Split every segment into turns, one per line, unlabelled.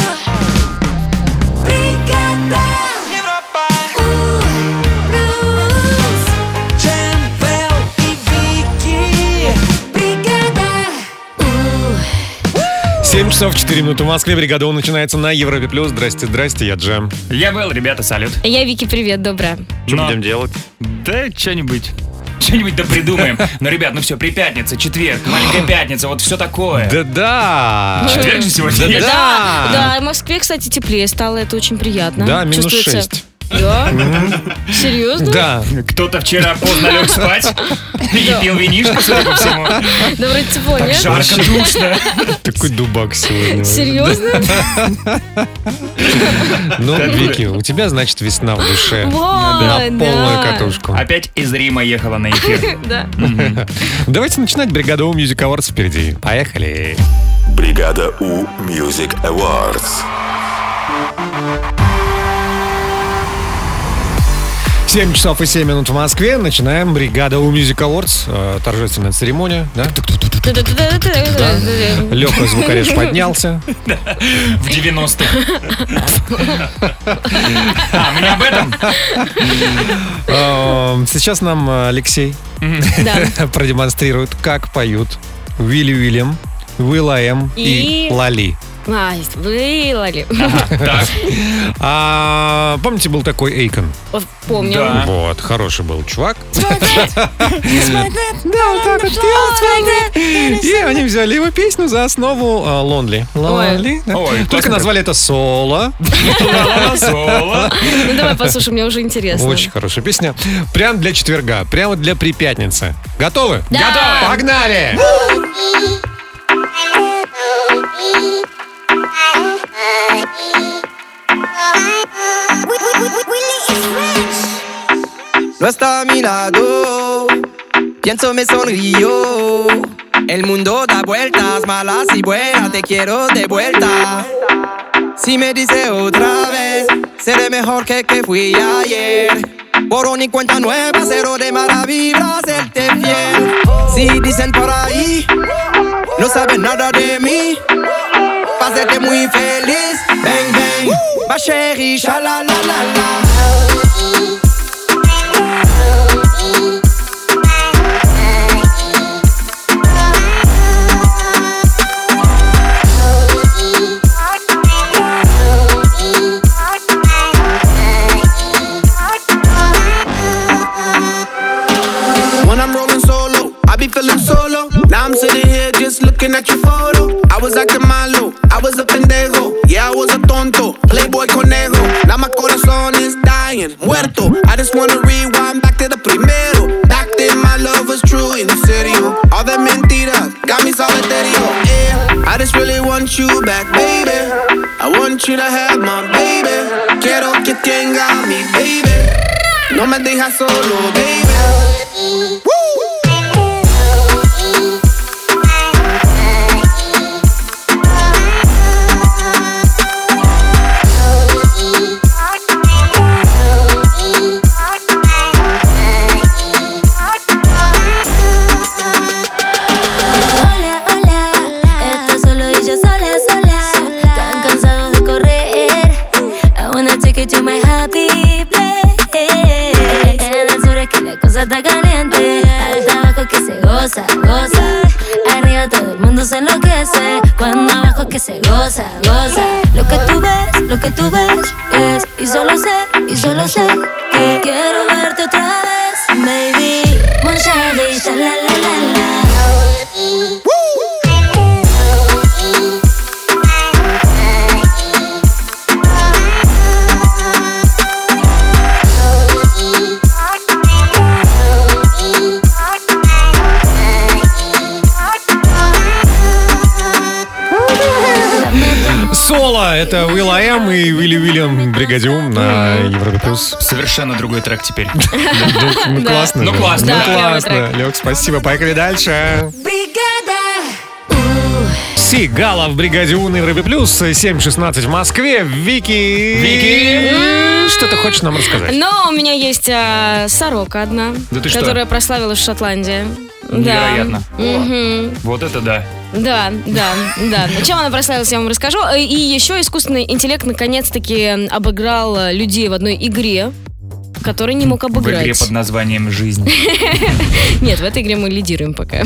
Uh, Uh.
7 часов 4 минуты в Москве. Бригада У начинается на Европе+. плюс. Здрасте, здрасте, я Джем.
Я был, ребята, салют.
Я Вики, привет, доброе.
Что
Но-
будем делать?
Да, что-нибудь. Что-нибудь да придумаем. Но, ребят, ну все, при пятнице, четверг, маленькая пятница, вот все такое.
Да-да!
Четверг же сегодня есть.
Да.
да, в Москве, кстати, теплее стало, это очень приятно.
Да, минус
Чувствуется.
6.
Да? Серьезно?
Да.
Кто-то вчера поздно лег спать и пил винишко, судя по всему.
Да вроде тепло, нет?
Жарко, душно.
Такой дубак сегодня.
Серьезно?
Ну, Вики, у тебя, значит, весна в душе.
Вау,
На полную
да.
катушку.
Опять из Рима ехала на эфир.
Да.
Давайте начинать бригаду У Music Awards впереди. Поехали.
Бригада У Music Awards.
7 часов и 7 минут в Москве. Начинаем бригада У Music Awards. Э, Торжественная церемония. Да?
Да-да-да-да-да-да-да.
Леха звукореж поднялся.
В 90-х. А, меня об этом?
Эм, Сейчас нам э, Алексей
Да.
продемонстрирует, как поют Вилли Уильям, Уиллаем и
И-
Лали.
Ай, вылали.
Так,
А, помните, был такой Эйкон?
Вот Помню.
Да. А.
Вот, хороший был чувак.
Да, вот так вот
И они взяли его песню за основу э, Лонли. Лонли. да.
Ой,
Только
классно.
назвали это соло.
соло.
Ну давай послушай, мне уже интересно.
Очень хорошая песня. Прям для четверга, прямо для припятницы. Готовы?
Да.
Погнали!
No está a mi lado, pienso me sonrío. El mundo da vueltas, malas y buenas, te quiero de vuelta. Si me dice otra vez, seré mejor que el que fui ayer. Borón y cuenta nueva, cero de maravillas, serte fiel. Si dicen por ahí, no saben nada de mí. Pásate muy feliz, bang bang, ma chérie, sha-la-la-la-la. When I'm rolling solo, I be feeling solo. Now I'm sitting here just looking at your photo. I was acting malo, I was a pendejo. Yeah, I was a tonto, playboy conejo. Now my corazón is dying, muerto. I just wanna rewind back to the primero. Back then my love was true, in serio. All the mentiras got me solitario. Yeah, I just really want you back, baby. I want you to have my baby. Quiero que tenga mi baby. No me dejas solo, baby.
Hola, hola, estás solo y yo sola, sola. Tan cansado de correr. I wanna take it to my happy place. En el sur es que la cosa está caliente. Alta abajo que se goza, goza. Arriba todo el mundo se enloquece. Cuando abajo que se goza, goza. Lo que tú ves, lo que tú ves es. Y solo sé, y solo sé que quiero verte otra vez, baby. Mon chéri, sha la la la la.
Соло! Это Уилл М и Уилли Уильям Бригадиум на Европе+. плюс.
Совершенно другой трек теперь.
Ну, классно.
Ну,
же.
классно.
Ну,
Да,
клевый
классно. Лег, спасибо. Поехали дальше.
Brigada.
Сигала в бригаде У на Европе плюс. 7.16 в Москве. Вики. Вики. Что ты хочешь нам рассказать?
Но у меня есть а, сорока одна,
Да ты что?
которая прославилась в Шотландии. Да.
Невероятно.
Мгм.
Вот это да.
Да, да, да. Чем она прославилась, я вам расскажу. Э, И еще искусственный интеллект наконец-таки обыграл э, людей в одной игре. который не мог
В игре
обыграть.
под названием «Жизнь».
Нет, в этой игре мы лидируем пока.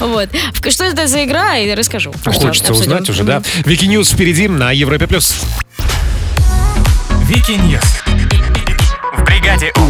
Вот. В- Что это за игра, я расскажу.
Ну А
Хочется
Обсудим.
узнать уже, да? Вики Ньюс впереди на Европе плюс.
Вики Ньюс. В бригаде У.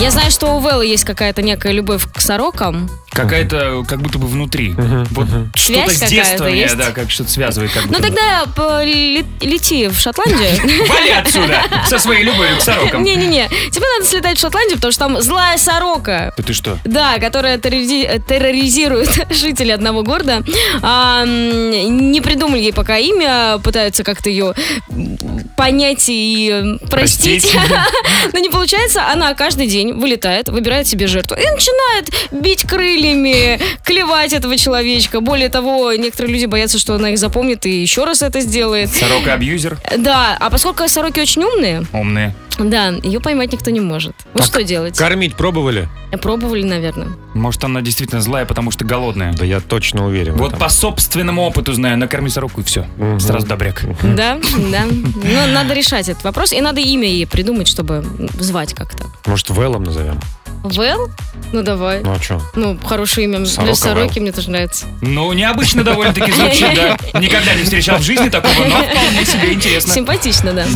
Я знаю, что у Вэлла есть какая-то некая любовь к сорокам.
Какая-то, как будто бы внутри. Вот что-то
Связь
с
какая-то
детства меня,
есть?
да, как что-то связывает. Как
Ну
будто бы.
тогда по- ле- лети в Шотландию.
Вали отсюда! Со своей любовью к сорокам.
Не-не-не, тебе надо слетать в Шотландию, потому что там злая сорока.
Да ты что?
Да, которая террори- э, терроризирует жителей одного города. А, м, не придумали ей пока имя, пытаются как-то ее м, понять и м, простить.
Простить.
Но не получается, она каждый день вылетает, выбирает себе жертву и начинает бить крыльями, клевать этого человечка. Более того, некоторые люди боятся, что она их запомнит и еще раз это сделает.
Сорока-абьюзер?
Да, а поскольку сороки очень умные,
Умные.
да, ее поймать никто не может. Вот
Так,
что делать?
Кормить пробовали?
Пробовали, наверное.
Может, она действительно злая, потому что голодная.
Да я точно уверен. в
Вот
этом.
по собственному опыту знаю, накорми сороку и все. Сразу добряк.
Да, да. Но надо решать этот вопрос. И надо имя ей придумать, чтобы звать как-то.
Может, Вэллом назовем?
Вэл? Ну давай.
Ну а что?
Ну, хорошее имя
Сорока
для сороки мне тоже нравится.
Ну, необычно довольно-таки звучит, да. Никогда не встречал в жизни такого, но вполне себе интересно.
Симпатично, да.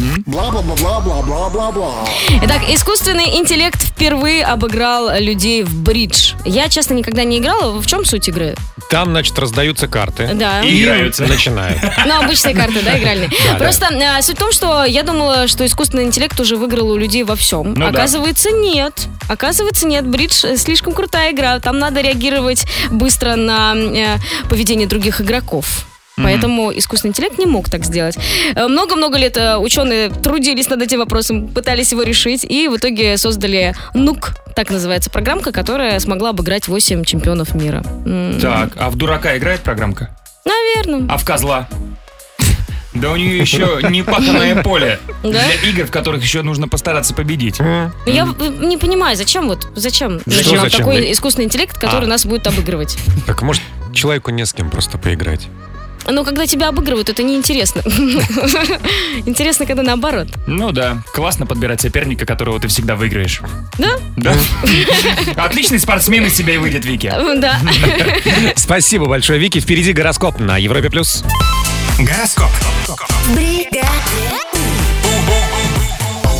Итак, искусственный интеллект впервые обыграл людей в бридж. Я, честно, никогда не играла. В чем суть игры?
Там, значит, раздаются карты.
Да.
И играются.
Начинают.
Ну, обычные карты, да, игральные.
Да,
Просто э, суть в том, что я думала, что искусственный интеллект уже выиграл у людей во
Ну
всем.
да.
Оказывается, нет. Оказывается, нет. Бридж э, слишком крутая игра. Там надо реагировать быстро на э, поведение других игроков. Поэтому искусственный интеллект не мог так сделать. Э, Много-много лет э, ученые трудились над этим вопросом, пытались его решить, и в итоге создали Нук, так называется программка, которая смогла обыграть 8 чемпионов мира. М,
Так, а в дурака играет программка?
Наверное.
А в козла? Да у нее еще непаханное поле
Да?
для игр, в которых еще нужно постараться победить.
Ну, Я э, не понимаю, зачем вот, зачем
Зачем,
нам
зачем?
такой искусственный интеллект, который
А.
нас будет обыгрывать?
Так может, человеку не с кем просто поиграть?
Но когда тебя обыгрывают, это неинтересно. Интересно, когда наоборот.
Ну да, классно подбирать соперника, которого ты всегда выиграешь.
Да?
Да. Ну. Отличный спортсмен из себя и выйдет, Вики.
Э, Да.
Спасибо большое, Вики. Впереди гороскоп на Европе+. плюс.
Гороскоп.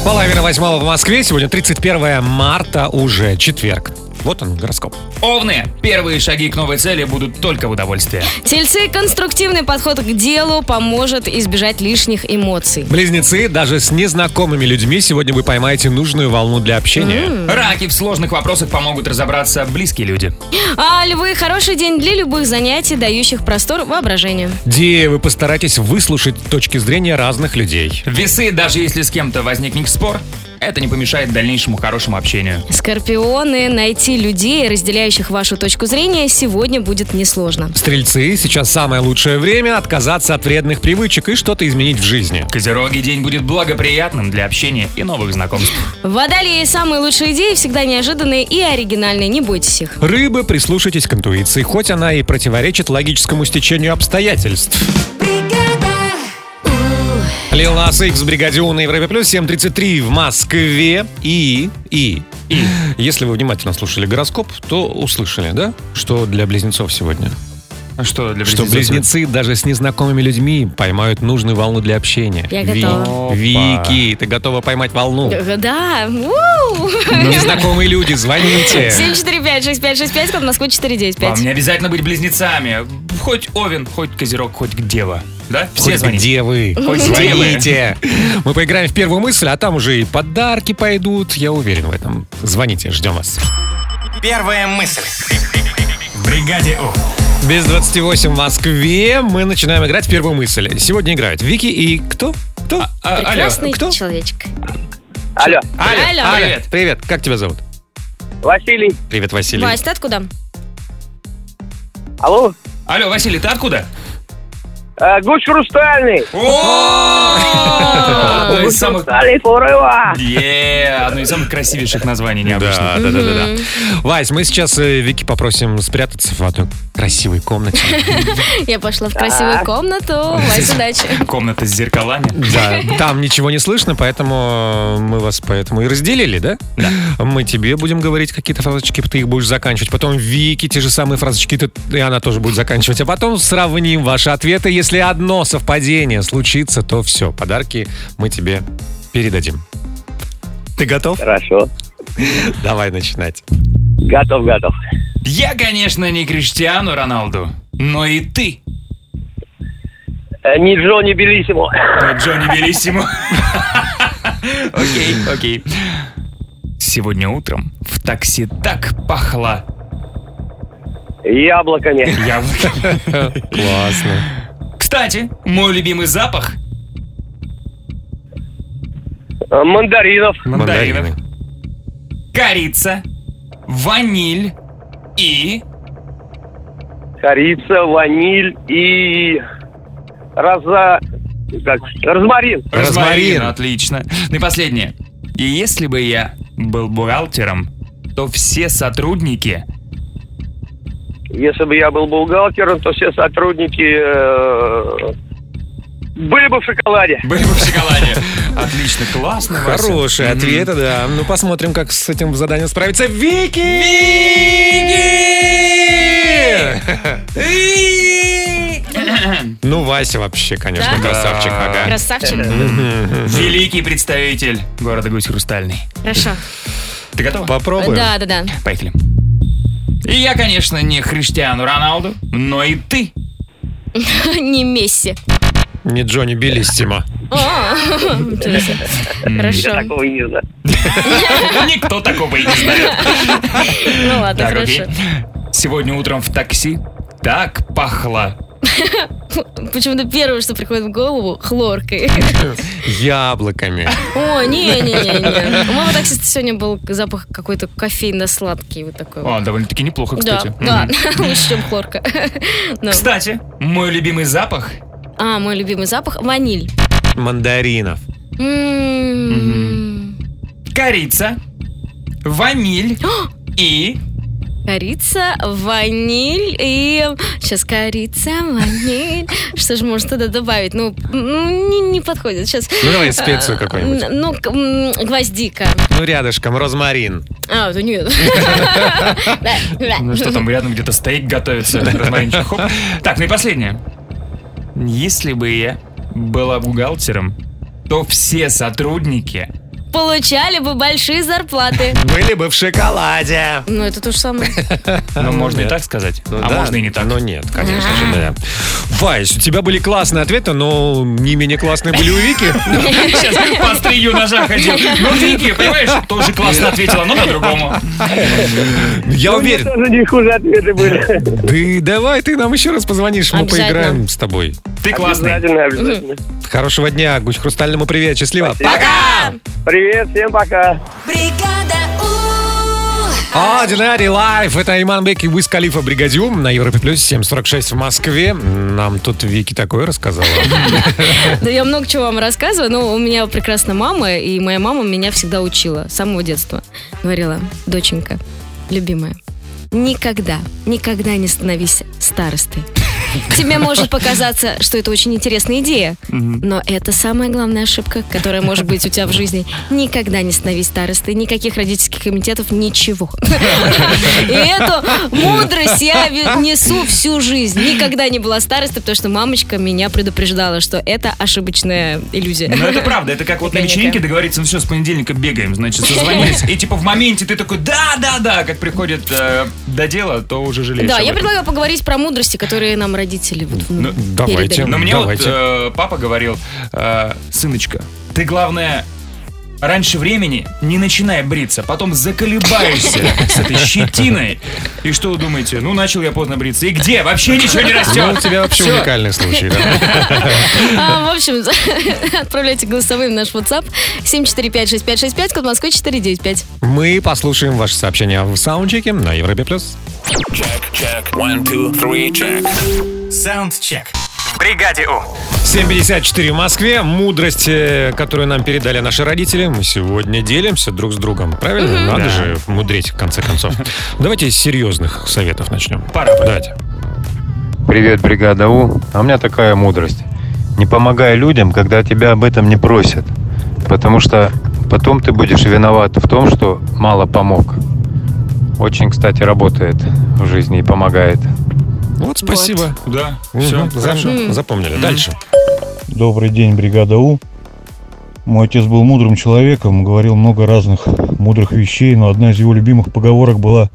Половина восьмого в Москве. Сегодня 31 марта, уже четверг. Вот он, гороскоп.
Овны, первые шаги к новой цели будут только в удовольствие.
Тельцы, конструктивный подход к делу поможет избежать лишних эмоций.
Близнецы, даже с незнакомыми людьми сегодня вы поймаете нужную волну для общения.
Раки в сложных вопросах помогут разобраться близкие люди.
А львы – хороший день для любых занятий, дающих простор воображению.
Девы, постарайтесь выслушать точки зрения разных людей.
Весы, даже если с кем-то возникнет спор, это не помешает дальнейшему хорошему общению.
Скорпионы, найти людей, разделяющих вашу точку зрения, сегодня будет несложно.
Стрельцы, сейчас самое лучшее время отказаться от вредных привычек и что-то изменить в жизни.
Козероги день будет благоприятным для общения и новых знакомств.
Водолеи – самые лучшие идеи, всегда неожиданные и оригинальные, не бойтесь их.
Рыбы, прислушайтесь к интуиции, хоть она и противоречит логическому стечению обстоятельств. Лил Нас Икс, Бригадион на Европе Плюс, 7.33 в Москве. И, и, и. Если вы внимательно слушали гороскоп, то услышали, да, что для близнецов сегодня?
А что для
Что близнецы даже с незнакомыми людьми поймают нужную волну для общения.
Я готова.
Ви- Вики, ты готова поймать волну?
Э, Да, уу!
Незнакомые люди, звоните.
745-6565, код Москвы
Вам
495.
не обязательно быть близнецами. Хоть Овен, хоть Козерог, хоть Дева. Да? Все
Хоть
звоните.
где вы?
Хоть где вы.
Звоните. Мы поиграем в первую мысль, а там уже и подарки пойдут. Я уверен в этом. Звоните, ждем вас.
Первая мысль. В бригаде У.
Без 28 в Москве мы начинаем играть в первую мысль. Сегодня играют Вики и кто? Кто?
А, алло,
Прекрасный
кто?
человечек.
Алло,
Аля,
Алло.
Аля,
Привет.
Э, Привет. Как тебя зовут?
Василий.
Привет, Василий.
Вась, ты откуда?
Алло?
алло, Василий, ты откуда?
Э, Гуч хрустальный.
Одно из самых...
Хрустальный порыва.
Е, одно из самых красивейших названий необычно.
Да, да, да, да, да. Вась, мы сейчас э, Вики попросим спрятаться в одной красивой комнате.
Я пошла в красивую комнату. Вась, удачи.
Комната с зеркалами.
Да, там ничего не слышно, поэтому мы вас поэтому и разделили, да? Да. Мы тебе будем говорить какие-то фразочки, ты их будешь заканчивать. Потом Вики те же самые фразочки, ты- и она тоже будет заканчивать. А потом сравним ваши ответы. Если одно совпадение случится, то все, подарки мы тебе передадим. Ты готов?
Хорошо.
Давай начинать.
Готов, готов.
Я, конечно, не Криштиану Роналду, но и ты,
Э, Ни Джонни Белиссимо.
Джонни Белиссимо. Окей, окей. Сегодня утром в такси так пахло
Яблоками.
яблоками.
Классно.
Кстати, мой любимый запах
Э, Мандаринов.
мандаринов. Корица, ваниль и...
Корица, ваниль и... Роза... Как? Розмарин.
Розмарин.
Отлично. Ну и последнее. И если бы я был бухгалтером, то все сотрудники...
Если бы я был бухгалтером, то все сотрудники э, были бы в шоколаде.
Были бы в шоколаде. Отлично, классно. Вася.
Хорошие
Мгм.
ответы, да. Ну, посмотрим, как с этим заданием справится Вики! Ну, Вася вообще, конечно,
Да?
красавчик, ага.
Красавчик.
Э, Великий представитель города Гусь Хрустальный.
Хорошо.
Ты готова?
Попробуем.
Да, да, да.
Поехали. И я, конечно, не Хриштиану Роналду, но и ты.
Не Месси.
Не Джонни Белиссимо.
О, интересно. Хорошо.
Такого и не знаю.
Никто такого и не знает.
Ну ладно,
Так, окей.
хорошо.
Сегодня утром в такси так пахло.
Почему-то первое, что приходит в голову, хлоркой.
Яблоками.
О, не-не-не-не. У моего таксиста сегодня был запах какой-то кофейно-сладкий вот такой. вот.
О, довольно-таки неплохо,
Да,
кстати.
да,
Мгм.
лучше, чем хлорка. Ну.
Кстати, мой любимый запах
А, мой любимый запах – ваниль. М-м-м.
Мандаринов.
М.
корица, ваниль и...
Корица, ваниль и... Сейчас корица, ваниль. Что же можно туда добавить? Ну, м, не, не подходит сейчас.
Ну, давай специю какую-нибудь.
Н- Ну, к- м, гвоздика.
Ну, рядышком, розмарин.
А, это нет.
Ну что там, рядом где-то стейк готовится. Розмаринчик, хоп. Так, ну и последнее. Если бы я была бухгалтером, то все сотрудники...
Получали бы большие зарплаты.
Были бы в шоколаде.
Ну, это то же самое.
Ну, можно и
А, нет.
так сказать,
Ну
а
да,
можно и не так.
Но нет, конечно же, да. Вась, у тебя были классные ответы, но не менее классные были у Вики.
Сейчас по острию ножа ходил. Ну, Вики, понимаешь, тоже классно ответила, но по-другому.
Я уверен.
Тоже не хуже ответы были.
Ты давай, ты нам еще раз позвонишь, мы
Обязательно.
поиграем с тобой.
Ты классный.
Обязательно, обязательно.
Хорошего дня, Гусь Хрустальному привет, счастливо.
Привет, всем пока.
Ordinary Life, это Иман Бек и Уиз Калифа Бригадиум на Европе Плюс 746 в Москве. Нам тут Вики такое рассказала.
Да я много чего вам рассказываю, но у меня прекрасная мама, и моя мама меня всегда учила с самого детства. Говорила, доченька, любимая, никогда, никогда не становись старостой. Тебе может показаться, что это очень интересная идея, но это самая главная ошибка, которая может быть у тебя в жизни. Никогда не становись старостой, никаких родительских комитетов, ничего. И эту мудрость я ве- несу всю жизнь. Никогда не была старостой, потому что мамочка меня предупреждала, что это ошибочная иллюзия.
Ну это правда, это как вот на
Наверняка.
вечеринке договориться, ну все, с понедельника бегаем, значит, созвонились. И типа в моменте ты такой, да-да-да, как приходит э, до дела, то уже жалеешь
Да,
об
я
этом.
предлагаю поговорить про мудрости, которые нам родители вот, ну,
давайте.
передали.
Но мне
Давайте.
вот э, папа говорил, э, сыночка, ты главное раньше времени не начинай бриться, потом заколебаешься с этой щетиной. И что вы думаете? Ну, начал я поздно бриться. И где? Вообще ничего не
Ну, у
растет.
тебя вообще уникальный случай. да.
А, в общем, отправляйте голосовым в наш WhatsApp 7456565, код Москвы 495.
Мы послушаем ваши сообщения в саундчеке на Европе Плюс.
Саундчек. Бригаде У.
7.54 в Москве. Мудрость, э, которую нам передали наши родители, мы сегодня делимся друг с другом. Правильно? Надо же мудреть, в конце концов. Давайте с серьезных советов начнем.
Пора.
Давайте.
Привет, бригада У. А у меня такая мудрость. Не помогай людям, когда тебя об этом не просят. Потому что потом ты будешь виноват в том, что мало помог. Очень, кстати, работает в жизни и помогает.
Вот, спасибо.
Да,
Мгм,
все, хорошо.
зам- Запомнили. Дальше.
Добрый день, бригада У. Мой отец был мудрым человеком, говорил много разных мудрых вещей, но одна из его любимых поговорок была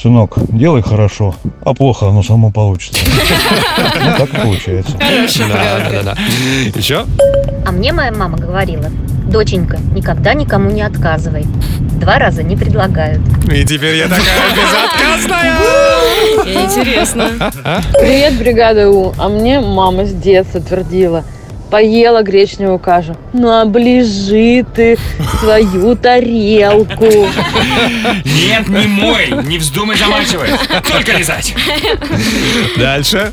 «Сынок, делай хорошо, а плохо оно само получится». Ну, так и получается.
Хорошая
Да, да,
поговорка.
да. Еще?
А мне моя мама говорила, доченька, никогда никому не отказывай. Два раза не предлагают.
И теперь я такая безотказная.
Интересно.
Привет, бригада У. А мне мама с детства твердила. Поела гречневую кашу. Ну, оближи ты свою тарелку.
Нет, не мой, не вздумай замачивать, только лизать.
Дальше.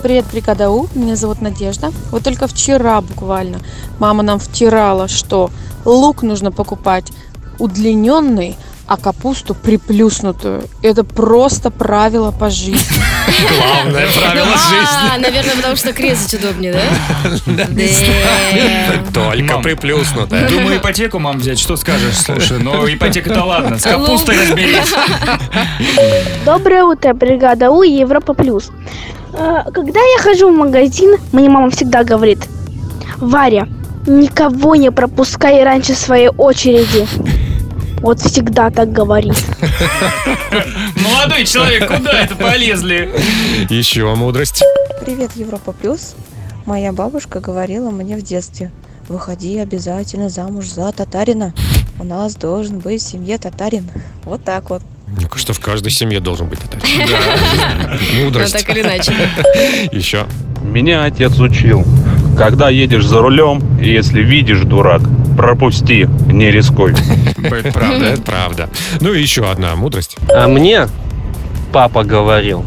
Привет, бригада У. Меня зовут Надежда. Вот только вчера буквально мама нам втирала, что лук нужно покупать удлиненный, а капусту приплюснутую. Это просто правило по жизни.
Главное правило жизни.
А, наверное, потому что крезать удобнее, да? Ну, Да.
Только
Мам.
приплюснутое.
Думаю, ипотеку мам взять, что скажешь? Слушай, ну ипотека-то ладно, с капустой разберись.
Доброе утро, бригада У и Европа Плюс. Э, Когда я хожу в магазин, мне мама всегда говорит, Варя, никого не пропускай раньше своей очереди. Вот всегда так говорит.
Молодой человек, куда это полезли?
Еще мудрость.
Привет, Европа Плюс. Моя бабушка говорила мне в детстве, выходи обязательно замуж за татарина. У нас должен быть в семье татарин. Вот так вот.
Ну, что в каждой семье должен быть татарин.
Ну,
Мудрость.
так или иначе.
Еще.
Меня отец учил. Когда едешь за рулем, если видишь дурак, пропусти, не рискуй.
Это правда, это правда. Ну и еще одна мудрость.
А мне папа говорил,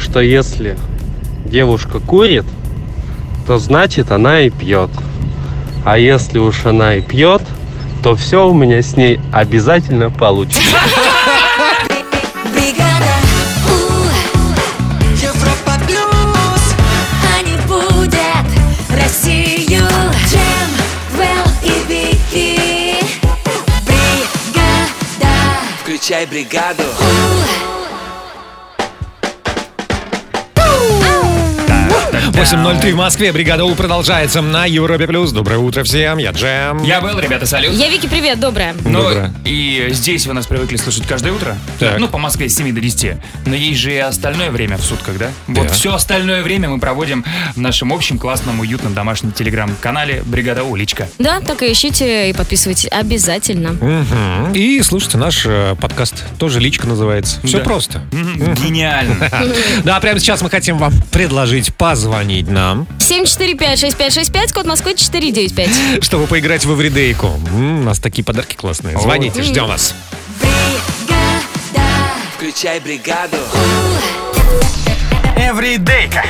что если девушка курит, то значит она и пьет. А если уж она и пьет, то все у меня с ней обязательно получится.
Бригада У Европа плюс Они будят Россию Джем, Вэл и Вики Бригада
Включай бригаду.
У
8.03 в Москве. Бригада У продолжается на Европе+. плюс. Доброе утро всем. Я Джем.
Я был, ребята, салют.
Я, Вики, привет, доброе.
Ну,
Доброе.
и здесь вы нас привыкли слышать каждое утро.
Так.
Ну, по Москве с 7 до 10. Но есть же и остальное время в сутках, да? Вот
Да.
все остальное время мы проводим в нашем общем классном, уютном домашнем телеграм-канале «Бригада Уличка».
Да, так и ищите и подписывайтесь обязательно.
Мгм. И слушайте наш э, подкаст. Тоже личка называется. Все
Да.
просто.
Мгм, Гениально.
Да, прямо сейчас мы хотим вам предложить позвонить нам,
745-6565, код Москвы 495.
чтобы поиграть в эвридейку. М, У нас такие подарки классные. Звоните, ждем вас.
Бригада
Включай бригаду.
Эвридейка.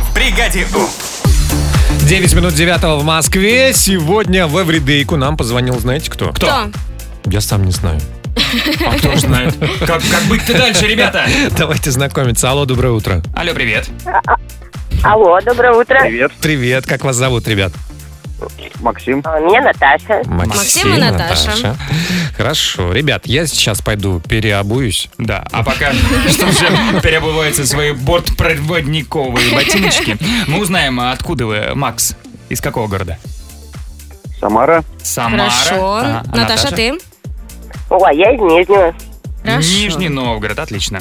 В бригаде У.
9 минут 9 в Москве. Сегодня в эвридейку нам позвонил, знаете кто? Кто?
Кто?
Я сам не знаю.
А кто ж знает. Как, как быть-то дальше, ребята?
Давайте знакомиться. Алло, доброе утро.
Алло, привет.
Алло, доброе утро.
Привет, как вас зовут, ребят?
Максим.
А, Меня Наташа.
Максим и Наташа.
Хорошо, ребят, я сейчас пойду переобуюсь.
Да, а пока что же переобуваются свои бортпроводниковые ботиночки, мы узнаем, а откуда вы, Макс, из какого города?
Самара.
Самара.
Хорошо.
Ага, а
Наташа, ты?
О, а я из Нижнего.
Хорошо.
Нижний Новгород, отлично.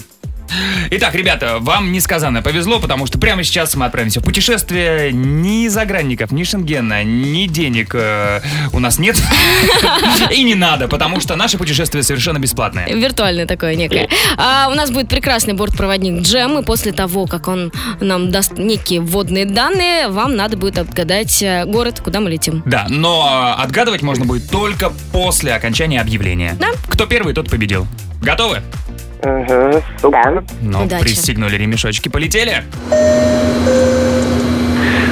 Итак, ребята, вам несказанно повезло, потому что прямо сейчас мы отправимся в путешествие. Ни загранников, ни шенгена, ни денег э, у нас нет. И не надо, потому что наше путешествие совершенно бесплатное.
Виртуальное такое некое. А у нас будет прекрасный бортпроводник Джем, и после того, как он нам даст некие вводные данные, вам надо будет отгадать э, город, куда мы летим.
Да, но э, отгадывать можно будет только после окончания объявления.
Да.
Кто первый, тот победил. Готовы?
Да.
Ну,
Удачи.
пристегнули ремешочки, полетели.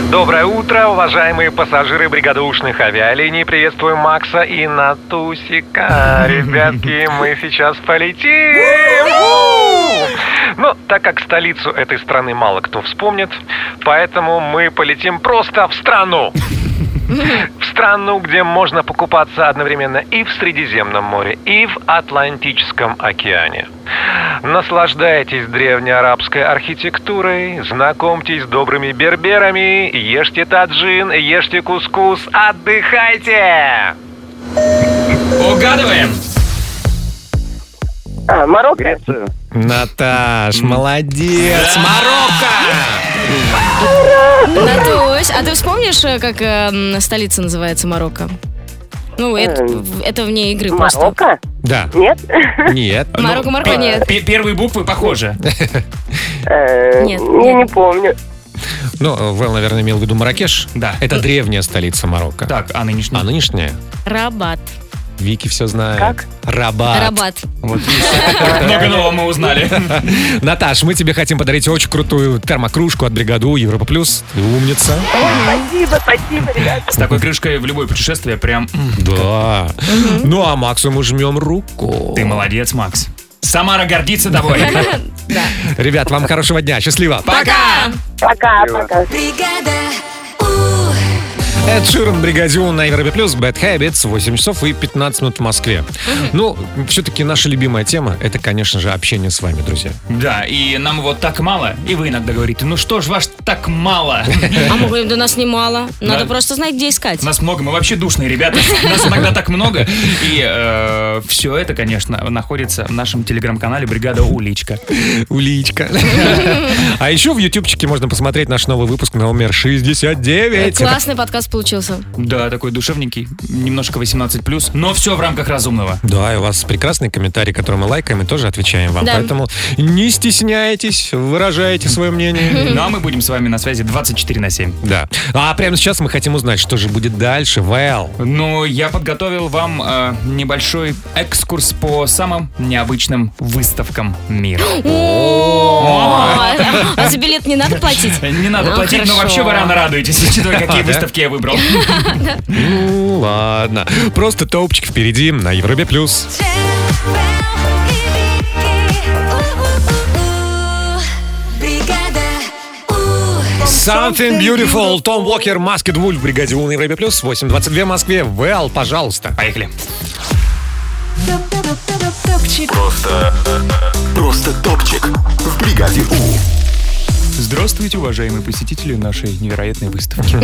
Доброе утро, уважаемые пассажиры бригадушных авиалиний. Приветствую Макса и Натусика. Ребятки, мы сейчас полетим. У! Но так как столицу этой страны мало кто вспомнит, поэтому мы полетим просто в страну. В страну, где можно покупаться одновременно и в Средиземном море, и в Атлантическом океане. Наслаждайтесь древнеарабской архитектурой, знакомьтесь с добрыми берберами, ешьте таджин, ешьте кускус, отдыхайте!
Угадываем!
А, Марокко? Грецию.
Наташ, молодец! Марокко!
Надусь. А ты вспомнишь, э, как эм, столица называется Марокко? Ну, это, это вне игры просто.
Да.
Нет?
Нет.
Ну,
Марокко,
э,
Марокко, нет.
Первые буквы похожи.
Э,
Нет. Я не помню.
Ну, Вэл, наверное, имел в виду Маракеш.
Да.
Это древняя столица Марокко.
Так, а нынешняя?
А нынешняя?
э,
Рабат.
Вики все знает.
Как?
а,
Рабат.
Рабат.
Вот
Много нового мы узнали.
Наташ, мы тебе хотим подарить очень крутую термокружку от бригаду Европа Плюс. Ты умница.
Спасибо, спасибо, ребят.
С такой крышкой в любое путешествие прям... м,
Да. Ну а Максу мы жмем руку.
Ты молодец, Макс. Самара гордится тобой.
Ребят, вам хорошего дня. Счастливо.
Пока!
Пока, пока.
Бригада.
Эд Ширан, Бригадион на Европе Плюс, Bad Habits, 8 часов и 15 минут в Москве. Ну, все-таки наша любимая тема, это, конечно же, общение с вами, друзья.
Да, и нам вот так мало. И вы иногда говорите, ну что ж вас так мало?
А мы говорим, да нас немало. Надо
Да.
просто знать, где искать.
Нас много, мы вообще душные ребята. Нас иногда так много. И все это, конечно, находится в нашем телеграм-канале «Бригада Уличка».
Уличка. А еще в ютубчике можно посмотреть наш новый выпуск номер 69.
Классный подкаст получился.
Да, такой душевненький, немножко 18+, но все в рамках разумного.
Да, и у вас прекрасный комментарий, который мы лайкаем и тоже отвечаем вам.
Да.
Поэтому не стесняйтесь, выражайте свое мнение.
Ну а мы будем с вами на связи 24 на 7.
Да. А прямо сейчас мы хотим узнать, что же будет дальше, Вэл.
Ну, я подготовил вам э, небольшой экскурс по самым необычным выставкам мира.
О, А а за билет не надо платить?
Не надо
Ну,
платить, но
хорошо.
вообще вы рано радуетесь, учитывая, какие
Да.
выставки я выбрал.
Ну, ладно. Просто топчик впереди на Европе+. плюс. Something Beautiful, Том Уокер, Маскет Вульф, Бригаде У на Европе Плюс, 8.22 в Москве. Вэл, пожалуйста.
Поехали.
Просто... Просто топчик в бригаде У.
Здравствуйте, уважаемые посетители нашей невероятной выставки.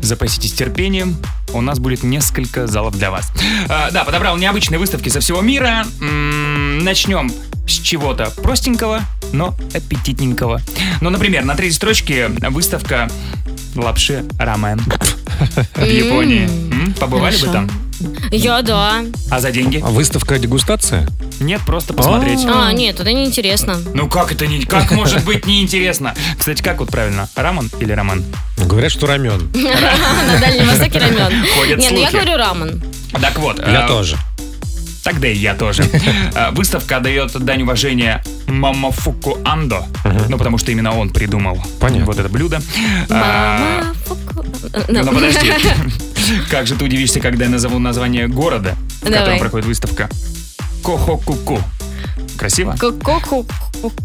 Запаситесь терпением, у нас будет несколько залов для вас. А, да, подобрал необычные выставки со всего мира. М, Начнем с чего-то простенького, но аппетитненького. Ну, например, на третьей строчке выставка лапши рамен в Японии. М, Побывали бы
Хорошо.
там?
Я да.
А за деньги?
А Выставка дегустация?
Нет, просто посмотреть.
А, нет, это неинтересно.
Ну как это не... Как может быть неинтересно? Кстати, как вот правильно? Рамон или рамен?
Ну, Говорят, что рамен.
На Дальнем Востоке рамен.
Ходят
Нет, ну я
слухи.
говорю рамен.
Так вот.
Я
э,
тоже.
Тогда и я тоже. Э, Выставка дает дань уважения Мамафуку Андо. Ну, потому что именно он придумал
Понятно.
вот это блюдо. А,
Мама, фуку- э,
Ну,
ну.
подожди. Как же ты удивишься, когда я назову название города, в котором
Давай.
проходит выставка? Кохокуку. Красиво?
Ку-ку-ку.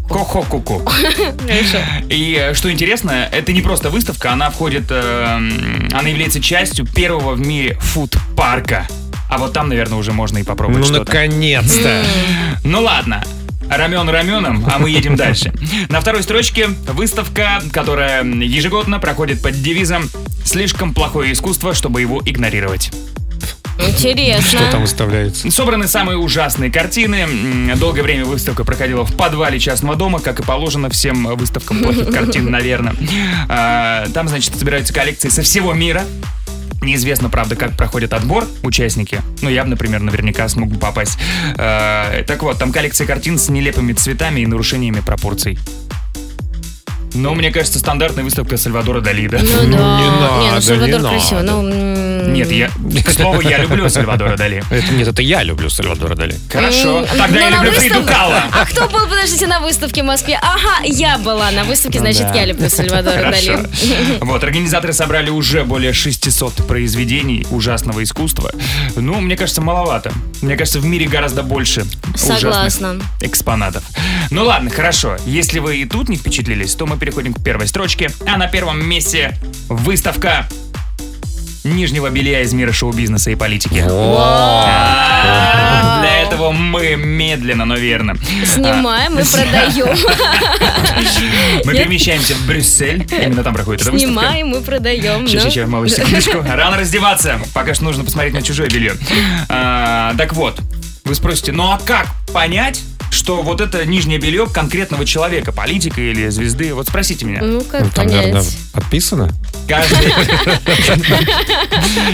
Кохокуку.
Хорошо.
И э, что интересно, это не просто выставка, она входит, э, м, она является частью первого в мире фуд-парка. А вот там, наверное, уже можно и попробовать
Ну,
что-то.
наконец-то.
Ну ладно. Рамен раменом, а мы едем дальше. На второй строчке выставка, которая ежегодно проходит под девизом «Слишком плохое искусство, чтобы его игнорировать».
Что там
Интересно.
выставляется?
Собраны самые ужасные картины. М, Долгое время выставка проходила в подвале частного дома, как и положено всем выставкам плохих картин, наверное. А, Там, значит, собираются коллекции со всего мира. Неизвестно, правда, как проходит отбор участники. Ну, я бы, например, наверняка смог бы попасть. А, Так вот, там коллекция картин с нелепыми цветами и нарушениями пропорций. Ну, мне кажется, стандартная выставка Сальвадора Далида.
Ну да.
не
Не,
надо,
ну
не
Сальвадор красиво.
надо.
Ну, м,
Нет, я... К слову, я люблю Сальвадора Дали.
Это, нет, это я люблю Сальвадора Дали.
Хорошо.
М,
Тогда я
но на
люблю
выставке-
Фриду Кало.
А кто был, подождите, на выставке в Москве? Ага, я была на выставке, значит,
Да.
я люблю Сальвадора Дали.
Хорошо. Вот, организаторы собрали уже более 600 произведений ужасного искусства. Ну, мне кажется, маловато. Мне кажется, в мире гораздо больше ужасных
Согласна.
экспонатов. Ну ладно, хорошо. Если вы и тут не впечатлились, то мы переходим к первой строчке. А на первом месте выставка нижнего белья из мира шоу-бизнеса и политики. А, Для этого мы медленно, но верно. А,
Снимаем и продаем.
Мы
Нет?
перемещаемся в Брюссель. Именно там проходит эта выставка.
Снимаем и продаем.
Сейчас,
ну.
сейчас, сейчас, малыш, секундочку. Рано раздеваться. Пока что нужно посмотреть на чужое белье. А, так вот, вы спросите, ну а как понять, что вот это нижнее белье конкретного человека, политика или звезды? Вот спросите меня.
Ну, как
Там, наверное,
понять?
подписано.
Каждый...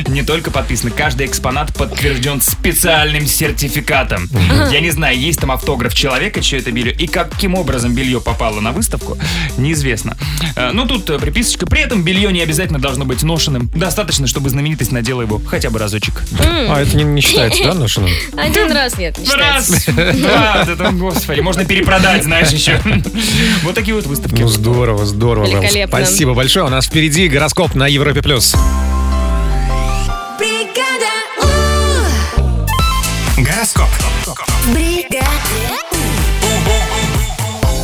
Не только подписано, каждый экспонат подтвержден специальным сертификатом. Я не знаю, есть там автограф человека, чье это белье, и каким образом белье попало на выставку, неизвестно. Э, Ну, тут э, приписочка. При этом белье не обязательно должно быть ношенным. Достаточно, чтобы знаменитость надела его хотя бы разочек.
М.
А это не, не считается, да, ношеным?
Один раз нет, не
Раз,
считается.
два, вот это, господи, можно перепродать, знаешь, еще. Вот такие вот выставки.
Ну, здорово, здорово. Вэл.
Великолепно.
Спасибо большое. У нас впереди гороскоп на Европе+. плюс.
Гороскоп.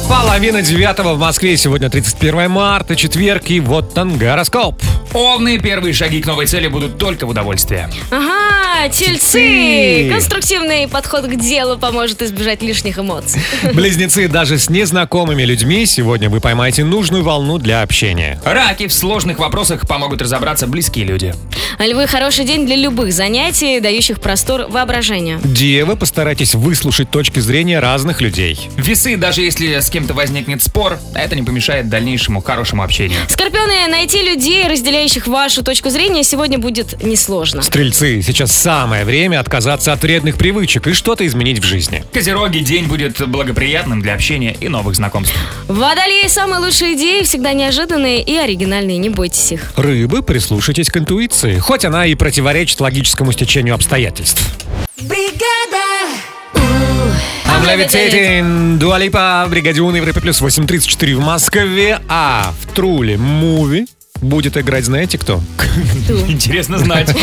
Половина девятого в Москве. Сегодня 31 марта, четверг. И вот он гороскоп.
Овны первые шаги к новой цели будут только в удовольствие.
Ага,
Тельцы.
тельцы! Конструктивный подход к делу поможет избежать лишних эмоций.
Близнецы даже с незнакомыми людьми сегодня вы поймаете нужную волну для общения.
Раки в сложных вопросах помогут разобраться близкие люди.
А Львы – хороший день для любых занятий, дающих простор воображению.
Девы, постарайтесь выслушать точки зрения разных людей.
Весы, даже если с кем-то возникнет спор, это не помешает дальнейшему хорошему общению.
Скорпионы, найти людей, разделяющих вашу точку зрения, сегодня будет несложно.
Стрельцы, сейчас самое время отказаться от вредных привычек и что-то изменить в жизни.
Козероги день будет благоприятным для общения и новых знакомств.
Водолеи – самые лучшие идеи, всегда неожиданные и оригинальные, не бойтесь их.
Рыбы, прислушайтесь к интуиции, хоть она и противоречит логическому стечению обстоятельств. I'm levitating. Дуалипа, Бригадион, Европе Плюс, 8.34 в Москве, а в Труле Муви будет играть, знаете кто?
Интересно знать.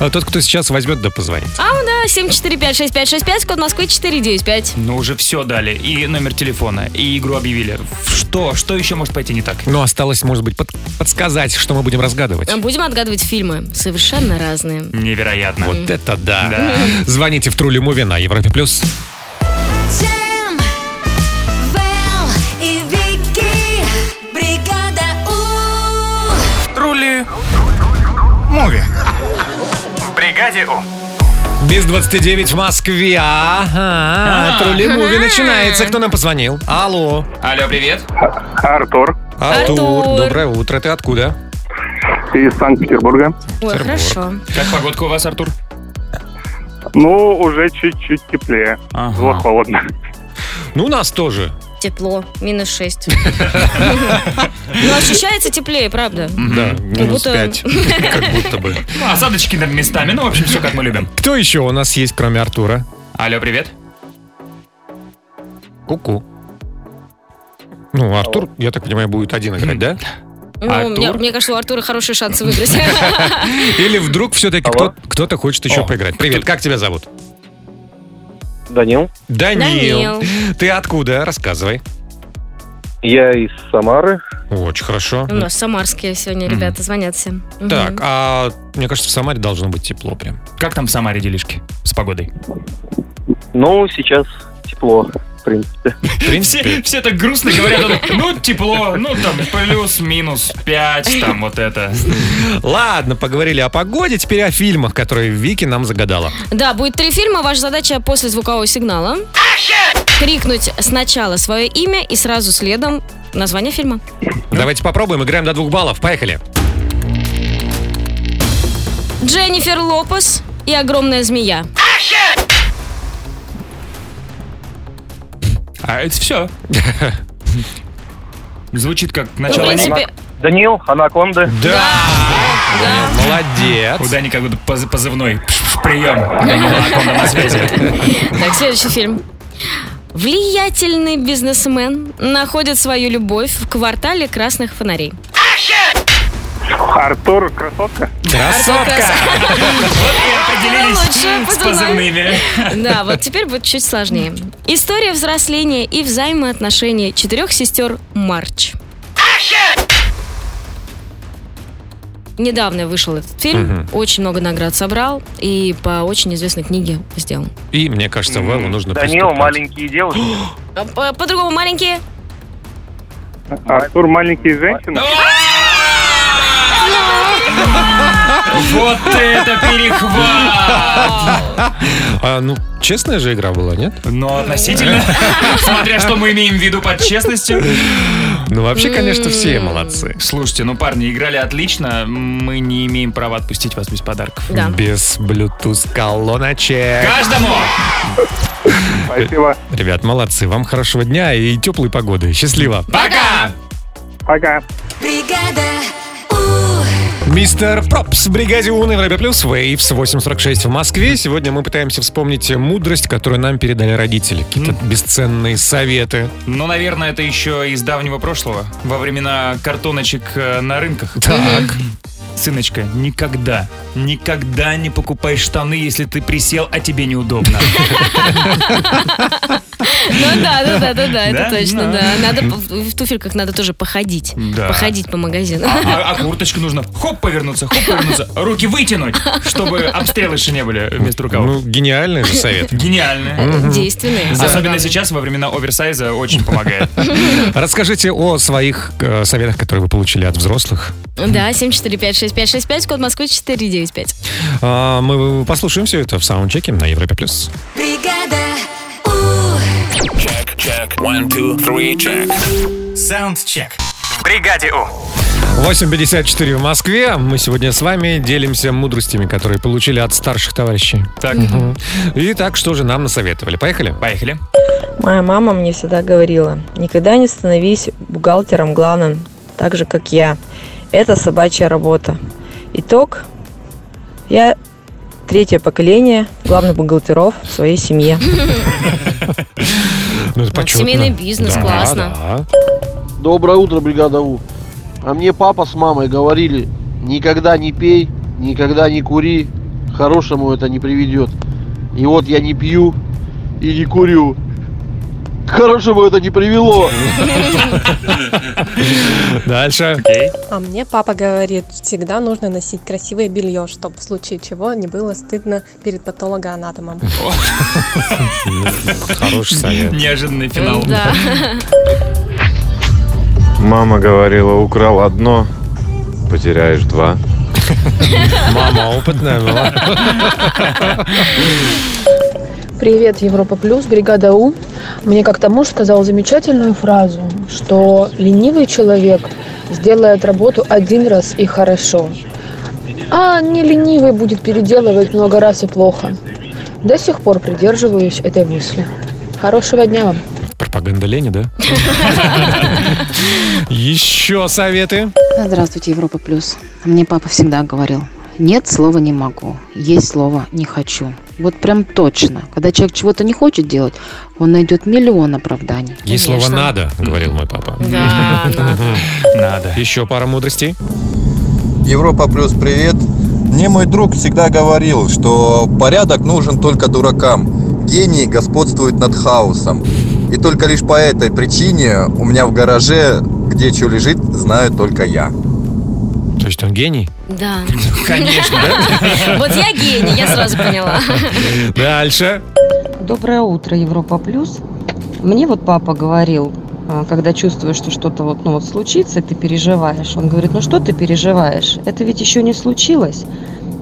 А Тот, кто сейчас возьмет, да позвонит.
А, да, 7456565, код Москвы 495.
Ну уже все дали. И номер телефона, и игру объявили. Что? Что еще может пойти не так?
Но Ну, осталось, может быть, под- подсказать, что мы будем разгадывать.
А Будем отгадывать фильмы, совершенно разные.
Невероятно.
Вот это да.
Да.
Звоните в Труле Муви на Европе Плюс.
Джем, Вэл и Вики. Бригада У.
Трули. Муви. В бригаде У.
Без 29 в Москве. Ага.
А.
Трули Муви начинается. Кто нам позвонил? Алло.
Алло, привет.
Артур
Артур,
Артур.
доброе утро. Ты откуда?
из Санкт-Петербурга.
Ой, хорошо.
Как погодка у вас, Артур?
Ну, уже чуть-чуть теплее. Было холодно.
Ну, у нас тоже.
Тепло, минус 6. Ну, ощущается теплее, правда.
Да, минус
будто-
пять. Как будто бы.
Ну, осадочки над местами. Ну, в общем, все как мы любим.
Кто еще у нас есть, кроме Артура?
Алло, привет.
Ку-ку. Ну, Артур, я так понимаю, будет один играть, да?
Ну, у меня-
Артур?
мне кажется, у Артура хорошие шансы выиграть.
Или вдруг все-таки кто- кто-то хочет еще поиграть? Привет, как тебя зовут?
Данил,
Данил.
Данил.
Ты откуда? Рассказывай.
я из Самары.
Очень хорошо.
У нас самарские сегодня ребята звонят всем. Мгм.
Так, а мне кажется, в Самаре должно быть тепло прям.
Как там в Самаре делишки с погодой?
Ну, сейчас тепло, в принципе.
В принципе,
Все, все так грустно говорят, ну, тепло, ну, там, плюс-минус 5, там, вот это.
Ладно, поговорили о погоде, теперь о фильмах, которые Вики нам загадала.
Да, будет три фильма. Ваша задача после звукового сигнала крикнуть сначала свое имя и сразу следом название фильма.
Давайте попробуем, играем до двух баллов, поехали.
Дженнифер Лопес и огромная змея.
А это все. Звучит как начало...
Ну, принципе-
Ну,
Данил, анаконды.
Да! Молодец.
У Дани как будто поз- позывной. Пш, Прием. Дани Молоконда на связи.
Так, следующий фильм. Влиятельный бизнесмен находит свою любовь в квартале красных фонарей.
Артур, красотка?
Красотка. Ну,
Вот и определились
Лучше
с
позывной.
позывными.
Да, вот теперь будет чуть сложнее. История взросления и взаимоотношений четырех сестер Марч. Недавно вышел этот фильм,
Мгм.
очень много наград собрал и по очень известной книге сделан.
И, мне кажется, Вэллу нужно
Данил,
приступать.
маленькие девушки.
А по- По-другому маленькие.
Артур, маленькие женщины?
Вот это перехват!
А, ну, честная же игра была, нет?
Ну, относительно. Смотря что мы имеем в виду под честностью.
Ну, вообще, конечно, все
М.
молодцы.
Слушайте, ну, парни, играли отлично. Мы не имеем права отпустить вас без подарков.
Без Bluetooth колоночек.
Каждому!
Спасибо. Ребят, молодцы. Вам хорошего дня и теплой погоды. Счастливо.
Пока!
Пока.
Бригада
Мистер Пропс в бригаде У на Европе Плюс, Waves 846 в Москве. Сегодня мы пытаемся вспомнить мудрость, которую нам передали родители. Какие-то бесценные советы.
Ну, наверное, это еще из давнего прошлого, во времена картоночек э, на рынках.
Так.
Сыночка, никогда, никогда не покупай штаны, если ты присел, а тебе неудобно.
Ну да, да, да, да, да,
Да?
это точно,
Да.
да. Надо по- в туфельках надо тоже походить.
Да.
Походить по магазину.
А, а- а курточку нужно хоп повернуться, хоп повернуться, руки вытянуть, чтобы обстрелы еще не были вместо рукава.
Ну, гениальный же совет.
Гениально.
Мгм.
Действенные.
Особенно сейчас, во времена оверсайза, очень помогает.
Расскажите о своих э, советах, которые вы получили от взрослых.
Да, 7456565, код Москвы 495.
А, мы послушаем все это в саундчеке на Европе+. плюс.
Бригада
Чек, чек. One, two, three, чек. Саундчек. В бригаде У.
8.54 в Москве. Мы сегодня с вами делимся мудростями, которые получили от старших товарищей.
Так.
Итак, что же нам насоветовали? Поехали?
Поехали.
Моя мама мне всегда говорила, никогда не становись бухгалтером главным, так же, как я. Это собачья работа. Итог. Я третье поколение главных бухгалтеров в своей семье.
Ну, это
почетно. семейный бизнес, Да, классно.
Доброе утро, бригада У. А мне папа с мамой говорили, никогда не пей, никогда не кури, к хорошему это не приведет. И вот я не пью и не курю. К хорошему это не привело.
Дальше.
А мне папа говорит, всегда нужно носить красивое белье, чтобы в случае чего не было стыдно перед патологоанатомом.
Хороший совет.
Неожиданный финал.
Да.
Мама говорила, украл одно, потеряешь два.
Мама опытная была.
Привет, Европа Плюс, бригада У. Мне как-то муж сказал замечательную фразу, что ленивый человек сделает работу один раз и хорошо, а не ленивый будет переделывать много раз и плохо. До сих пор придерживаюсь этой мысли. Хорошего дня вам.
Пропаганда лени, да? Еще советы.
Здравствуйте, Европа Плюс. Мне папа всегда говорил, нет слова не могу, есть слово не хочу. Вот прям точно. Когда человек чего-то не хочет делать, он найдет миллион оправданий.
Есть слово «надо», говорил мой папа.
Да,
Надо. Еще пара мудростей.
Европа плюс привет. Мне мой друг всегда говорил, что порядок нужен только дуракам. Гений господствует над хаосом. И только лишь по этой причине у меня в гараже, где что лежит, знаю только я.
То есть он гений?
Да.
Конечно,
Вот я гений, я сразу поняла.
Дальше.
Доброе утро, Европа Плюс. Мне вот папа говорил, а, когда чувствуешь, что что-то вот, ну, вот случится, и ты переживаешь. Он говорит, ну что ты переживаешь? Это ведь еще не случилось.